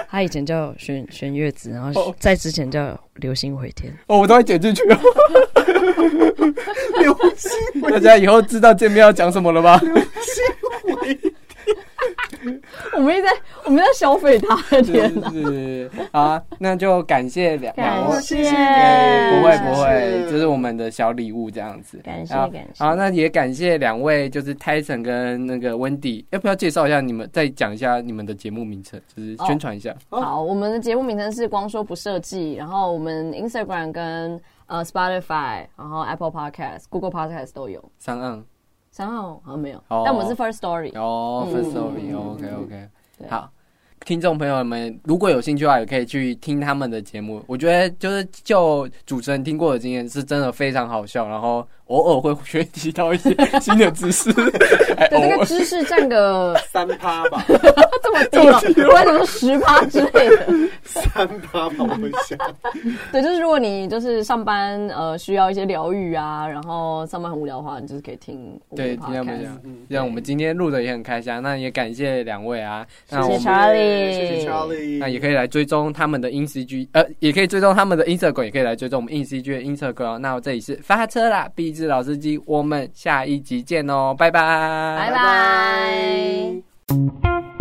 S2: 他以前叫玄玄月子，然后
S1: 哦
S2: 在之前叫流星回天。
S1: 哦，我都会剪进去。
S3: 流星回
S1: 大家以后知道见面要讲什么了吧？
S3: 星回，
S2: 我们一直在我们在消费他，天哪！
S5: 是好啊，那就感谢两
S3: 啊
S5: 两位
S2: 感，谢，
S5: 不会不
S3: 谢
S5: 会，
S3: 谢
S5: 这是我们的小礼物这样子。
S2: 感谢
S5: 好
S2: 感谢
S5: 好，那也感谢两位，就是 Tyson 跟那个 Wendy，要不要介绍一下你们，再讲一下你们的节目名称，就是宣传一下。
S2: 好，我们的节目名称是“光说不设计”，然后我们 Instagram 跟呃 Spotify，然后 Apple Podcast、Google Podcast 都有。
S5: 上岸
S2: 三号好像没有，
S5: 哦
S2: 但我们是 First Story。
S5: 哦
S2: 嗯
S5: ，First Story，OK OK，
S2: 对
S5: 哦好。听众朋友们，如果有兴趣的话，也可以去听他们的节目。我觉得就是就主持人听过的经验，是真的非常好笑，然后偶尔会学习到一些新的知 识。还
S2: 对，
S5: 偶
S2: 这个
S5: 尔
S2: 知识 占个
S3: 三趴吧，
S2: 这么低哦，我还想说十趴之类的。
S3: 三趴跑一下。
S2: 对，就是如果你就是上班呃需要一些疗愈啊，然后上班很无聊的话，你就是可以听我们
S5: 对，
S2: 的
S5: 听他们
S2: podcast。
S5: 讲。像我们今天录的也很开心啊，那也感谢两位啊。那我
S2: 谢
S5: 们
S2: Charlie
S3: 谢谢 Charlie，
S5: 那也可以来追踪他们的 i n c g 呃，也可以追踪他们的 Instagram，也可以来追踪我们 i n c g 的 Instagram。那我这里是发车啦，壁纸老司机，我们下一集见哦，拜拜，
S2: 拜
S3: 拜
S2: 拜。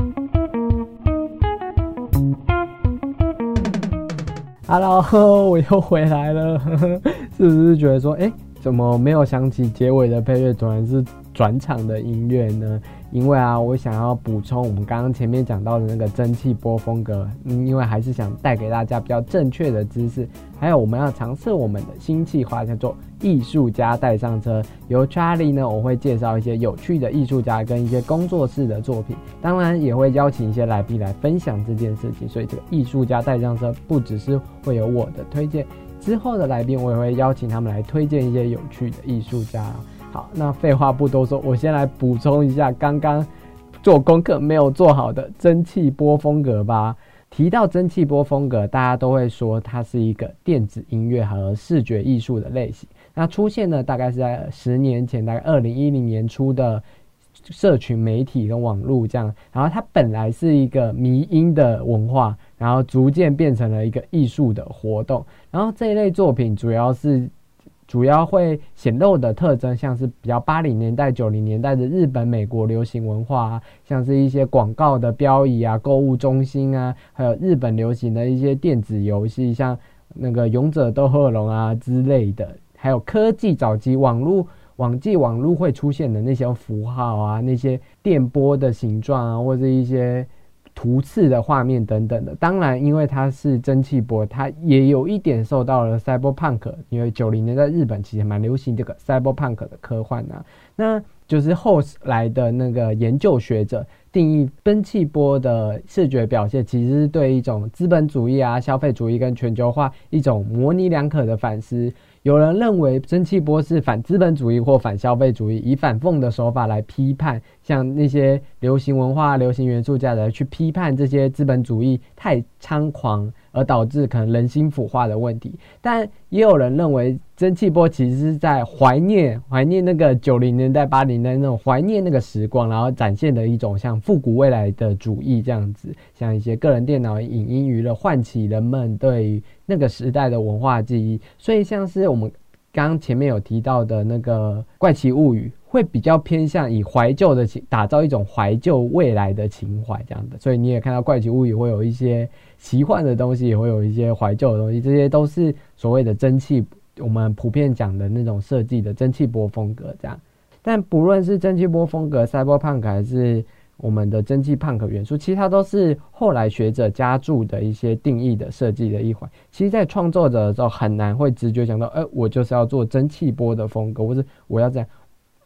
S1: Hello，我又回来了， 是不是觉得说，哎、怎么没有想起结尾的配乐，转然是转场的音乐呢？因为啊，我想要补充我们刚刚前面讲到的那个蒸汽波风格、嗯，因为还是想带给大家比较正确的知识，还有我们要尝试我们的新计划，叫做艺术家带上车。由 Charlie 呢，我会介绍一些有趣的艺术家跟一些工作室的作品，当然也会邀请一些来宾来分享这件事情。所以这个艺术家带上车不只是会有我的推荐，之后的来宾我也会邀请他们来推荐一些有趣的艺术家。好，那废话不多说，我先来补充一下刚刚做功课没有做好的蒸汽波风格吧。提到蒸汽波风格，大家都会说它是一个电子音乐和视觉艺术的类型。那出现呢，大概是在十年前，大概二零一零年初的社群媒体跟网络这样。然后它本来是一个迷音的文化，然后逐渐变成了一个艺术的活动。然后这一类作品主要是主要会显露的特征，像是比较八零年代、九零年代的日本、美国流行文化啊，像是一些广告的标语啊、购物中心啊，还有日本流行的一些电子游戏，像那个《勇者斗恶龙》啊之类的，还有科技早期网络。网际网络会出现的那些符号啊，那些电波的形状啊，或者一些图次的画面等等的。当然，因为它是蒸汽波，它也有一点受到了 cyberpunk，因为九零年代日本其实蛮流行这个 cyberpunk 的科幻啊。那就是后来的那个研究学者定义蒸汽波的视觉表现，其实是对一种资本主义啊、消费主义跟全球化一种模棱两可的反思。有人认为蒸汽波是反资本主义或反消费主义，以反讽的手法来批判，像那些流行文化、流行元素价值来去批判这些资本主义太猖狂，而导致可能人心腐化的问题。但也有人认为蒸汽波其实是在怀念怀念那个九零年代、八零年代那种怀念那个时光，然后展现的一种像复古未来的主义这样子，像一些个人电脑、影音娱乐唤起人们对于那个时代的文化记忆。所以像是我们刚刚前面有提到的那个《怪奇物语》，会比较偏向以怀旧的情，打造一种怀旧未来的情怀这样的。所以你也看到《怪奇物语》会有一些奇幻的东西，也会有一些怀旧的东西，这些都是所谓的蒸汽，我们普遍讲的那种设计的蒸汽波风格这样。但不论是蒸汽波风格、cyberpunk 还是我们的蒸汽 punk 元素，其实它都是后来学者加注的一些定义的设计的一环。其实，在创作者的时候，很难会直觉想到，哎、我就是要做蒸汽波的风格，或是我要这样。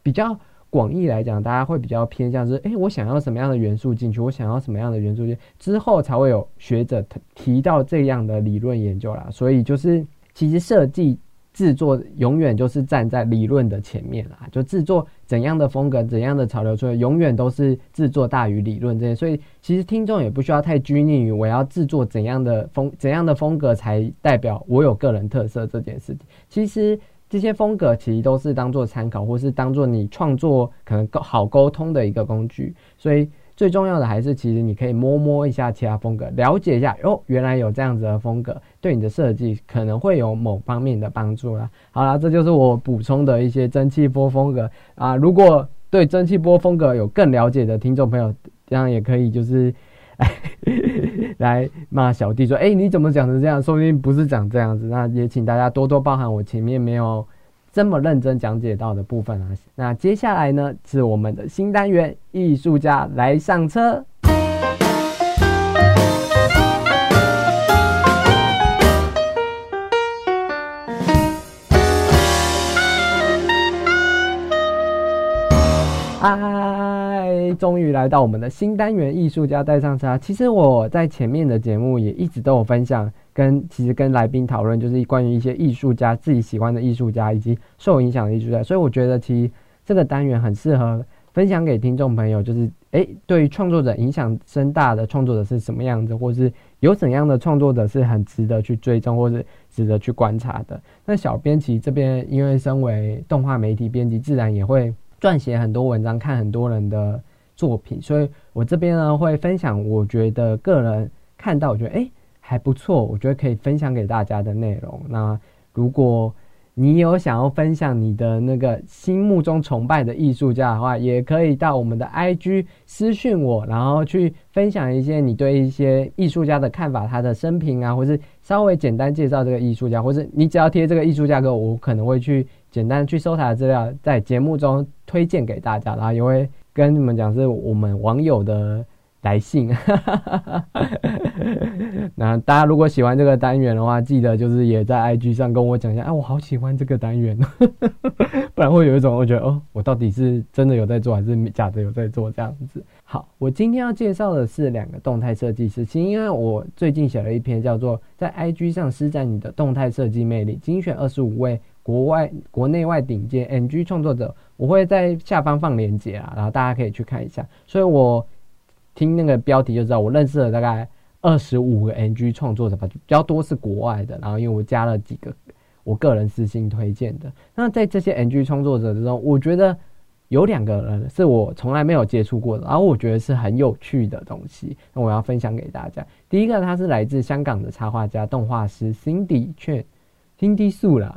S1: 比较广义来讲，大家会比较偏向是，哎、我想要什么样的元素进去，我想要什么样的元素进去，之后才会有学者提提到这样的理论研究啦。所以，就是其实设计制作永远就是站在理论的前面啦，就制作怎样的风格、怎样的潮流出来，永远都是制作大于理论这些。所以其实听众也不需要太拘泥于我要制作怎样的风、怎样的风格才代表我有个人特色这件事情。其实这些风格其实都是当做参考，或是当做你创作可能沟好沟通的一个工具。所以最重要的还是，其实你可以摸摸一下其他风格，了解一下哦，原来有这样子的风格，对你的设计可能会有某方面的帮助啦。好啦，这就是我补充的一些蒸汽波风格啊。如果对蒸汽波风格有更了解的听众朋友，这样也可以就是 来骂小弟说，哎、你怎么讲成这样？说不定不是讲这样子。那也请大家多多包涵，我前面没有这么认真讲解到的部分啊。那接下来呢，是我们的新单元——艺术家来上车。嗨，哎终于来到我们的新单元“艺术家带上车”。其实我在前面的节目也一直都有分享，跟其实跟来宾讨论，就是关于一些艺术家自己喜欢的艺术家以及受影响的艺术家。所以我觉得其实这个单元很适合分享给听众朋友，就是诶，对于创作者影响深大的创作者是什么样子，或是有怎样的创作者是很值得去追踪，或是值得去观察的。那小编其实这边因为身为动画媒体编辑，自然也会撰写很多文章，看很多人的作品，所以我这边呢会分享我觉得个人看到我觉得诶还不错，我觉得可以分享给大家的内容。那如果你有想要分享你的那个心目中崇拜的艺术家的话，也可以到我们的 IG 私讯我，然后去分享一些你对一些艺术家的看法，他的生平啊，或是稍微简单介绍这个艺术家，或是你只要贴这个艺术家给我，我可能会去简单去搜查资料，在节目中推荐给大家，然后也会跟你们讲是我们网友的来信。 那大家如果喜欢这个单元的话，记得就是也在 IG 上跟我讲一下，啊，我好喜欢这个单元， 不然会有一种我觉得哦，我到底是真的有在做还是假的有在做这样子。好，我今天要介绍的是两个动态设计师，其实因为我最近写了一篇叫做《在 IG 上施展你的动态设计魅力》，精选二十五位国外、国内外顶尖 NG 创作者，我会在下方放链接啊，然后大家可以去看一下。所以我听那个标题就知道，我认识了大概二十五个 NG 创作者吧，比较多是国外的。然后因为我加了几个我个人私心推荐的，那在这些 NG 创作者之中，我觉得有两个人是我从来没有接触过的，然后我觉得是很有趣的东西，那我要分享给大家。第一个，他是来自香港的插画家、动画师 Cindy 券。Cindy 素啦，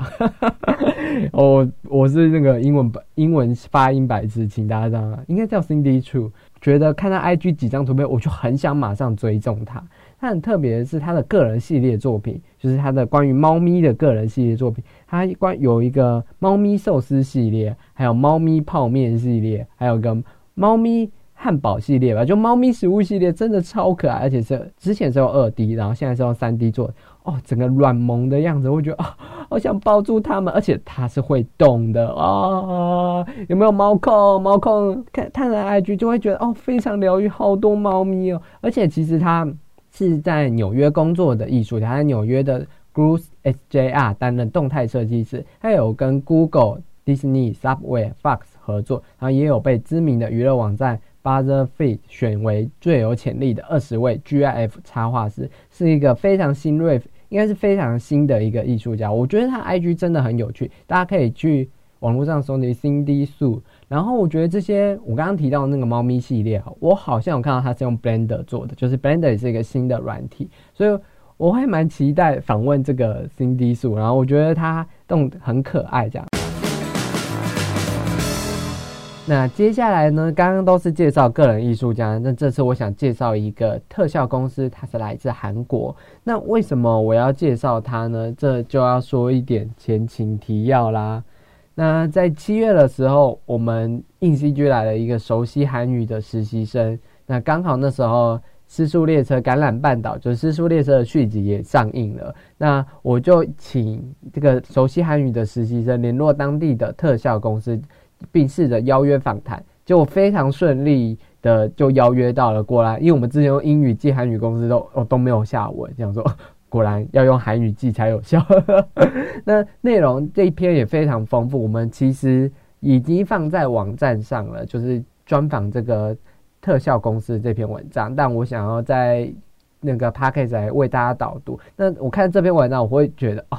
S1: 我哦我是那个英文白英文发音白痴，请大家这样，应该叫 Cindy Chu。觉得看他 IG 几张图片，我就很想马上追踪他。他很特别的是他的个人系列作品，就是他的关于猫咪的个人系列作品。他关有一个猫咪寿司系列，还有猫咪泡面系列，还有个猫咪汉堡系列吧，就猫咪食物系列真的超可爱，而且是之前是用二 D，然后现在是用三 D 做的，哦，整个软萌的样子，我觉得啊、好想抱住它们，而且它是会动的哦。有没有猫控？猫控看看了 IG 就会觉得哦，非常疗愈，好多猫咪哦。而且其实它是在纽约工作的艺术家，他在纽约的 Groove SJR 担任动态设计师，他有跟 Google、Disney、Subway、Fox 合作，然后也有被知名的娱乐网站 BuzzFeed 选为最有潜力的二十位 GIF 插画师，是一个非常新锐，应该是非常新的一个艺术家。我觉得他 IG 真的很有趣，大家可以去网络上搜那 Cindy Su。然后我觉得这些我刚刚提到的那个猫咪系列哈，我好像有看到它是用 Blender 做的，就是 Blender 也是一个新的软体，所以我还蛮期待访问这个 Cindy Su。然后我觉得它动得很可爱这样。那接下来呢，刚刚都是介绍个人艺术家，那这次我想介绍一个特效公司，它是来自韩国。那为什么我要介绍它呢？这就要说一点前情提要啦。那在七月的时候，我们应西居来了一个熟悉韩语的实习生，那刚好那时候《失速列车》《橄榄半岛》就是《失速列车》的续集也上映了，那我就请这个熟悉韩语的实习生联络当地的特效公司，并试着邀约访谈，结果非常顺利的就邀约到了过来，因为我们之前用英语寄韩语公司都哦都没有下文，这样说 果然要用韩语寄才有效。那内容这一篇也非常丰富，我们其实已经放在网站上了，就是专访这个特效公司这篇文章，但我想要在那个 p a c k a g e 来为大家导读。那我看这篇文章，我会觉得哦，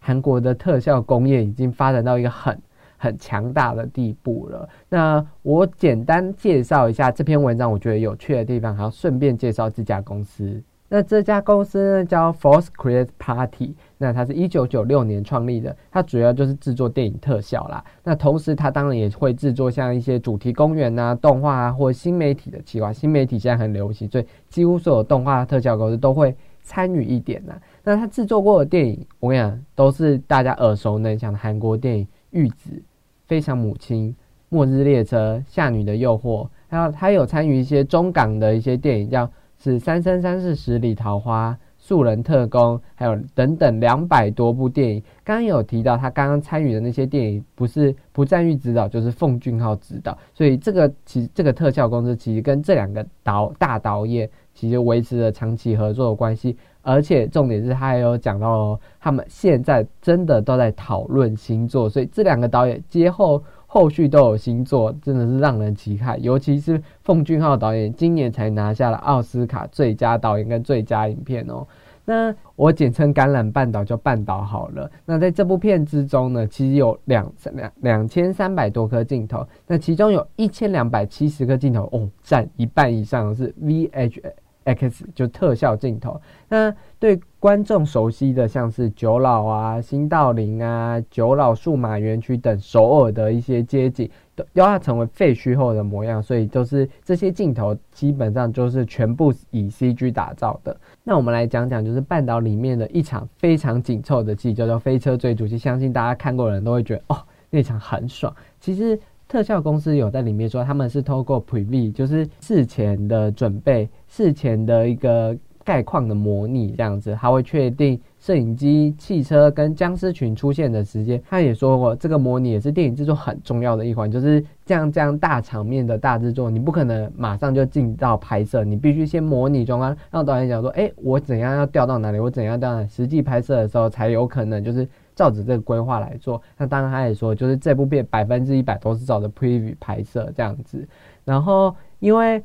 S1: 韩国的特效工业已经发展到一个很很强大的地步了。那我简单介绍一下这篇文章，我觉得有趣的地方，还要顺便介绍这家公司。那这家公司呢叫 Force Create Party，那它是一九九六年创立的，它主要就是制作电影特效啦。那同时它当然也会制作像一些主题公园啊、动画啊或新媒体的企划。新媒体现在很流行，所以几乎所有动画特效公司都会参与一点呐。那他制作过的电影，我跟你讲，都是大家耳熟能详的韩国电影《玉子》《非常母亲》《末日列车》《夏女的诱惑》，还有他有参与一些中港的一些电影，像是《三生三世十里桃花》《素人特工》，还有等等两百多部电影。刚刚有提到他刚刚参与的那些电影，不是不赞誉指导，就是奉俊昊指导，所以这个其实这个特效公司其实跟这两个导大导演其实维持了长期合作的关系。而且重点是，他也有讲到、哦，他们现在真的都在讨论星座，所以这两个导演接后后续都有星座，真的是让人期待。尤其是奉俊昊导演今年才拿下了奥斯卡最佳导演跟最佳影片哦。那我简称《橄榄半岛》就半岛好了。那在这部片之中呢，其实有两两两千三百多颗镜头，那其中有一千两百七十颗镜头哦，占一半以上是 VH。X 就特效镜头，那对观众熟悉的像是九老啊、新道林啊、九老数码园区等首尔的一些街景，都要成为废墟后的模样，所以就是这些镜头基本上就是全部以 CG 打造的。那我们来讲讲，就是半岛里面的一场非常紧凑的戏，叫做飞车追逐戏，相信大家看过的人都会觉得哦，那场很爽。其实。特效公司有在里面说，他们是透过 preview，就是事前的准备、事前的一个概况的模拟这样子，他会确定摄影机、汽车跟僵尸群出现的时间。他也说过，这个模拟也是电影制作很重要的一环，就是这样这样大场面的大制作，你不可能马上就进到拍摄，你必须先模拟中啊，让导演讲说，哎、欸，我怎样要调到哪里，我怎样调到哪里，实际拍摄的时候才有可能就是。照着这个规划来做，那当然他也说，就是这部片百分之一百都是照着 preview 拍摄这样子。然后因为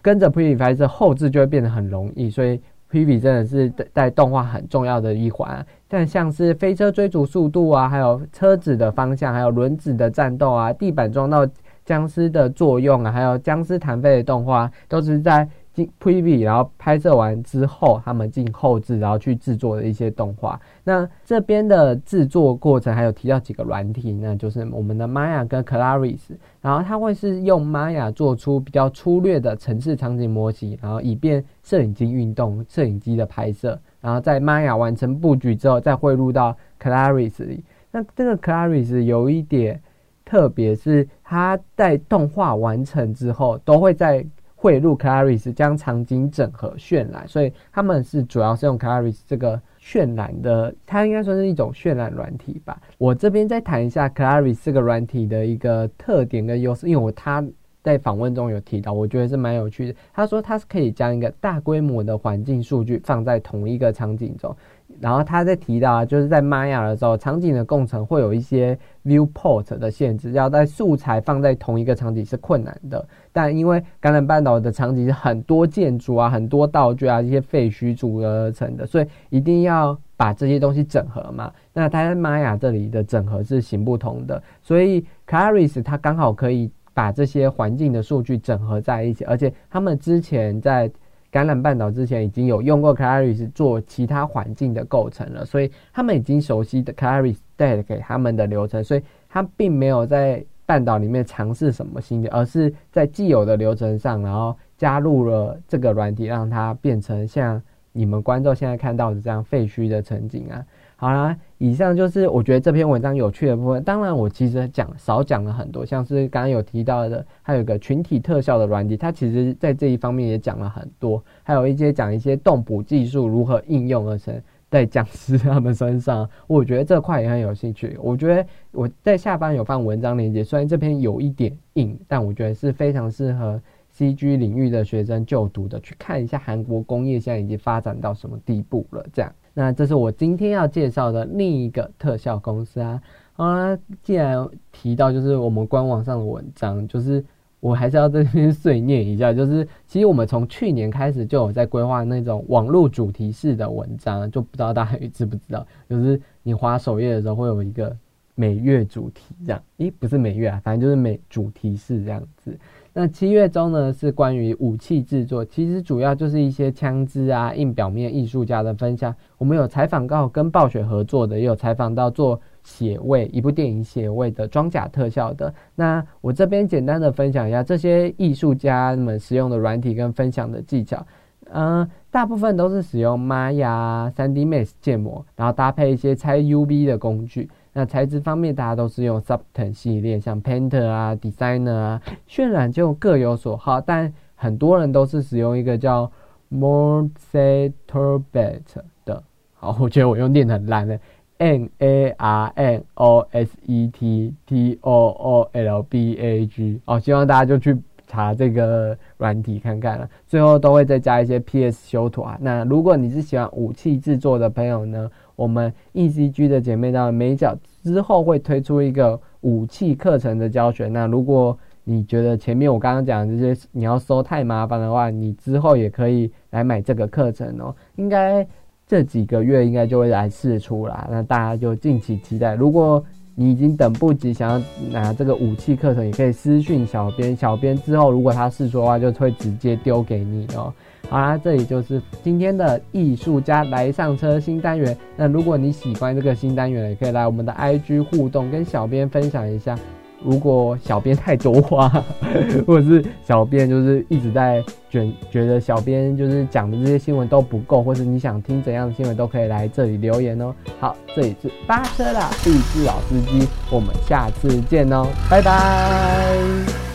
S1: 跟着 preview 拍摄，后置就会变得很容易，所以 preview 真的是在动画很重要的一环、啊。但像是飞车追逐速度啊，还有车子的方向，还有轮子的战斗啊，地板撞到僵尸的作用啊，还有僵尸弹飞的动画，啊都是在进 preview，然后拍摄完之后，他们进后置，然后去制作的一些动画。啊那这边的制作过程还有提到几个软体，那就是我们的 Maya 跟 Claris，然后它会是用 Maya 做出比较粗略的城市场景模型，然后以便摄影机运动、摄影机的拍摄，然后在 Maya 完成布局之后，再汇入到 Claris 里。那这个 Claris 有一点特别，是它在动画完成之后，都会在汇入 Claris 将场景整合渲染，所以他们是主要是用 Claris 这个渲染的，它应该说是一种渲染软体吧。我这边再谈一下 Claris 这个软体的一个特点跟优势，因为我他在访问中有提到，我觉得是蛮有趣的。他说他是可以将一个大规模的环境数据放在同一个场景中，然后他在提到啊，就是在 Maya 的时候，场景的构成会有一些 viewport 的限制，要在素材放在同一个场景是困难的。但因为橄榄半岛的场景是很多建筑啊、很多道具啊、一些废墟组合而成的，所以一定要把这些东西整合嘛。那它在玛雅这里的整合是行不通的，所以 Claris 它刚好可以把这些环境的数据整合在一起，而且他们之前在橄榄半岛之前已经有用过 Claris 做其他环境的构成了，所以他们已经熟悉的 Claris 带给他们的流程，所以它并没有在。半岛里面尝试什么新的，而是在既有的流程上，然后加入了这个软体，让它变成像你们观众现在看到的这样废墟的场景啊。好啦，以上就是我觉得这篇文章有趣的部分。当然，我其实讲少讲了很多，像是刚刚有提到的，还有一个群体特效的软体，它其实在这一方面也讲了很多，还有一些讲一些动捕技术如何应用而成。在僵尸他们身上，我觉得这块也很有兴趣。我觉得我在下方有放文章链接，虽然这篇有一点硬，但我觉得是非常适合 CG 领域的学生就读的，去看一下韩国工业现在已经发展到什么地步了。这样，那这是我今天要介绍的另一个特效公司啊。好啦，既然提到就是我们官网上的文章，就是。我还是要这边碎念一下，就是其实我们从去年开始就有在规划那种网络主题式的文章，就不知道大家 知不知道，就是你滑首页的时候会有一个每月主题这样，咦，不是每月啊，反正就是每主题式这样子。那七月中呢是关于武器制作，其实主要就是一些枪支啊、硬表面艺术家的分享。我们有采访到跟暴雪合作的，也有采访到做血味一部电影血味的装甲特效的。那我这边简单的分享一下这些艺术家们使用的软体跟分享的技巧。嗯，大部分都是使用 Maya、3D Max 建模，然后搭配一些拆 UV 的工具。那材质方面，大家都是用 Subton 系列，像 Painter 啊、Designer 啊，渲染就各有所好，但很多人都是使用一个叫 Morse Turbet 的。好，我觉得我用念的很烂的 N A R N O S E T T O O L B A G。哦，希望大家就去。查这个软体看看了、啊，最后都会再加一些 PS 修图啊。那如果你是喜欢武器制作的朋友呢，我们 ECG 的姐妹到美角之后会推出一个武器课程的教学。那如果你觉得前面我刚刚讲的这些你要搜太麻烦的话，你之后也可以来买这个课程哦。应该这几个月应该就会来试出啦，那大家就敬请期待。如果你已经等不及想要拿这个武器课程，也可以私讯小编，小编之后如果他试说的话，就会直接丢给你哦。好啦，这里就是今天的艺术家来上车新单元。那如果你喜欢这个新单元，也可以来我们的 IG 互动，跟小编分享一下。如果小编太多话， 或者是小编就是一直在卷，觉得小编就是讲的这些新闻都不够，或是你想听怎样的新闻，都可以来这里留言哦。好，这里是巴车啦，励志老司机，我们下次见哦，拜拜。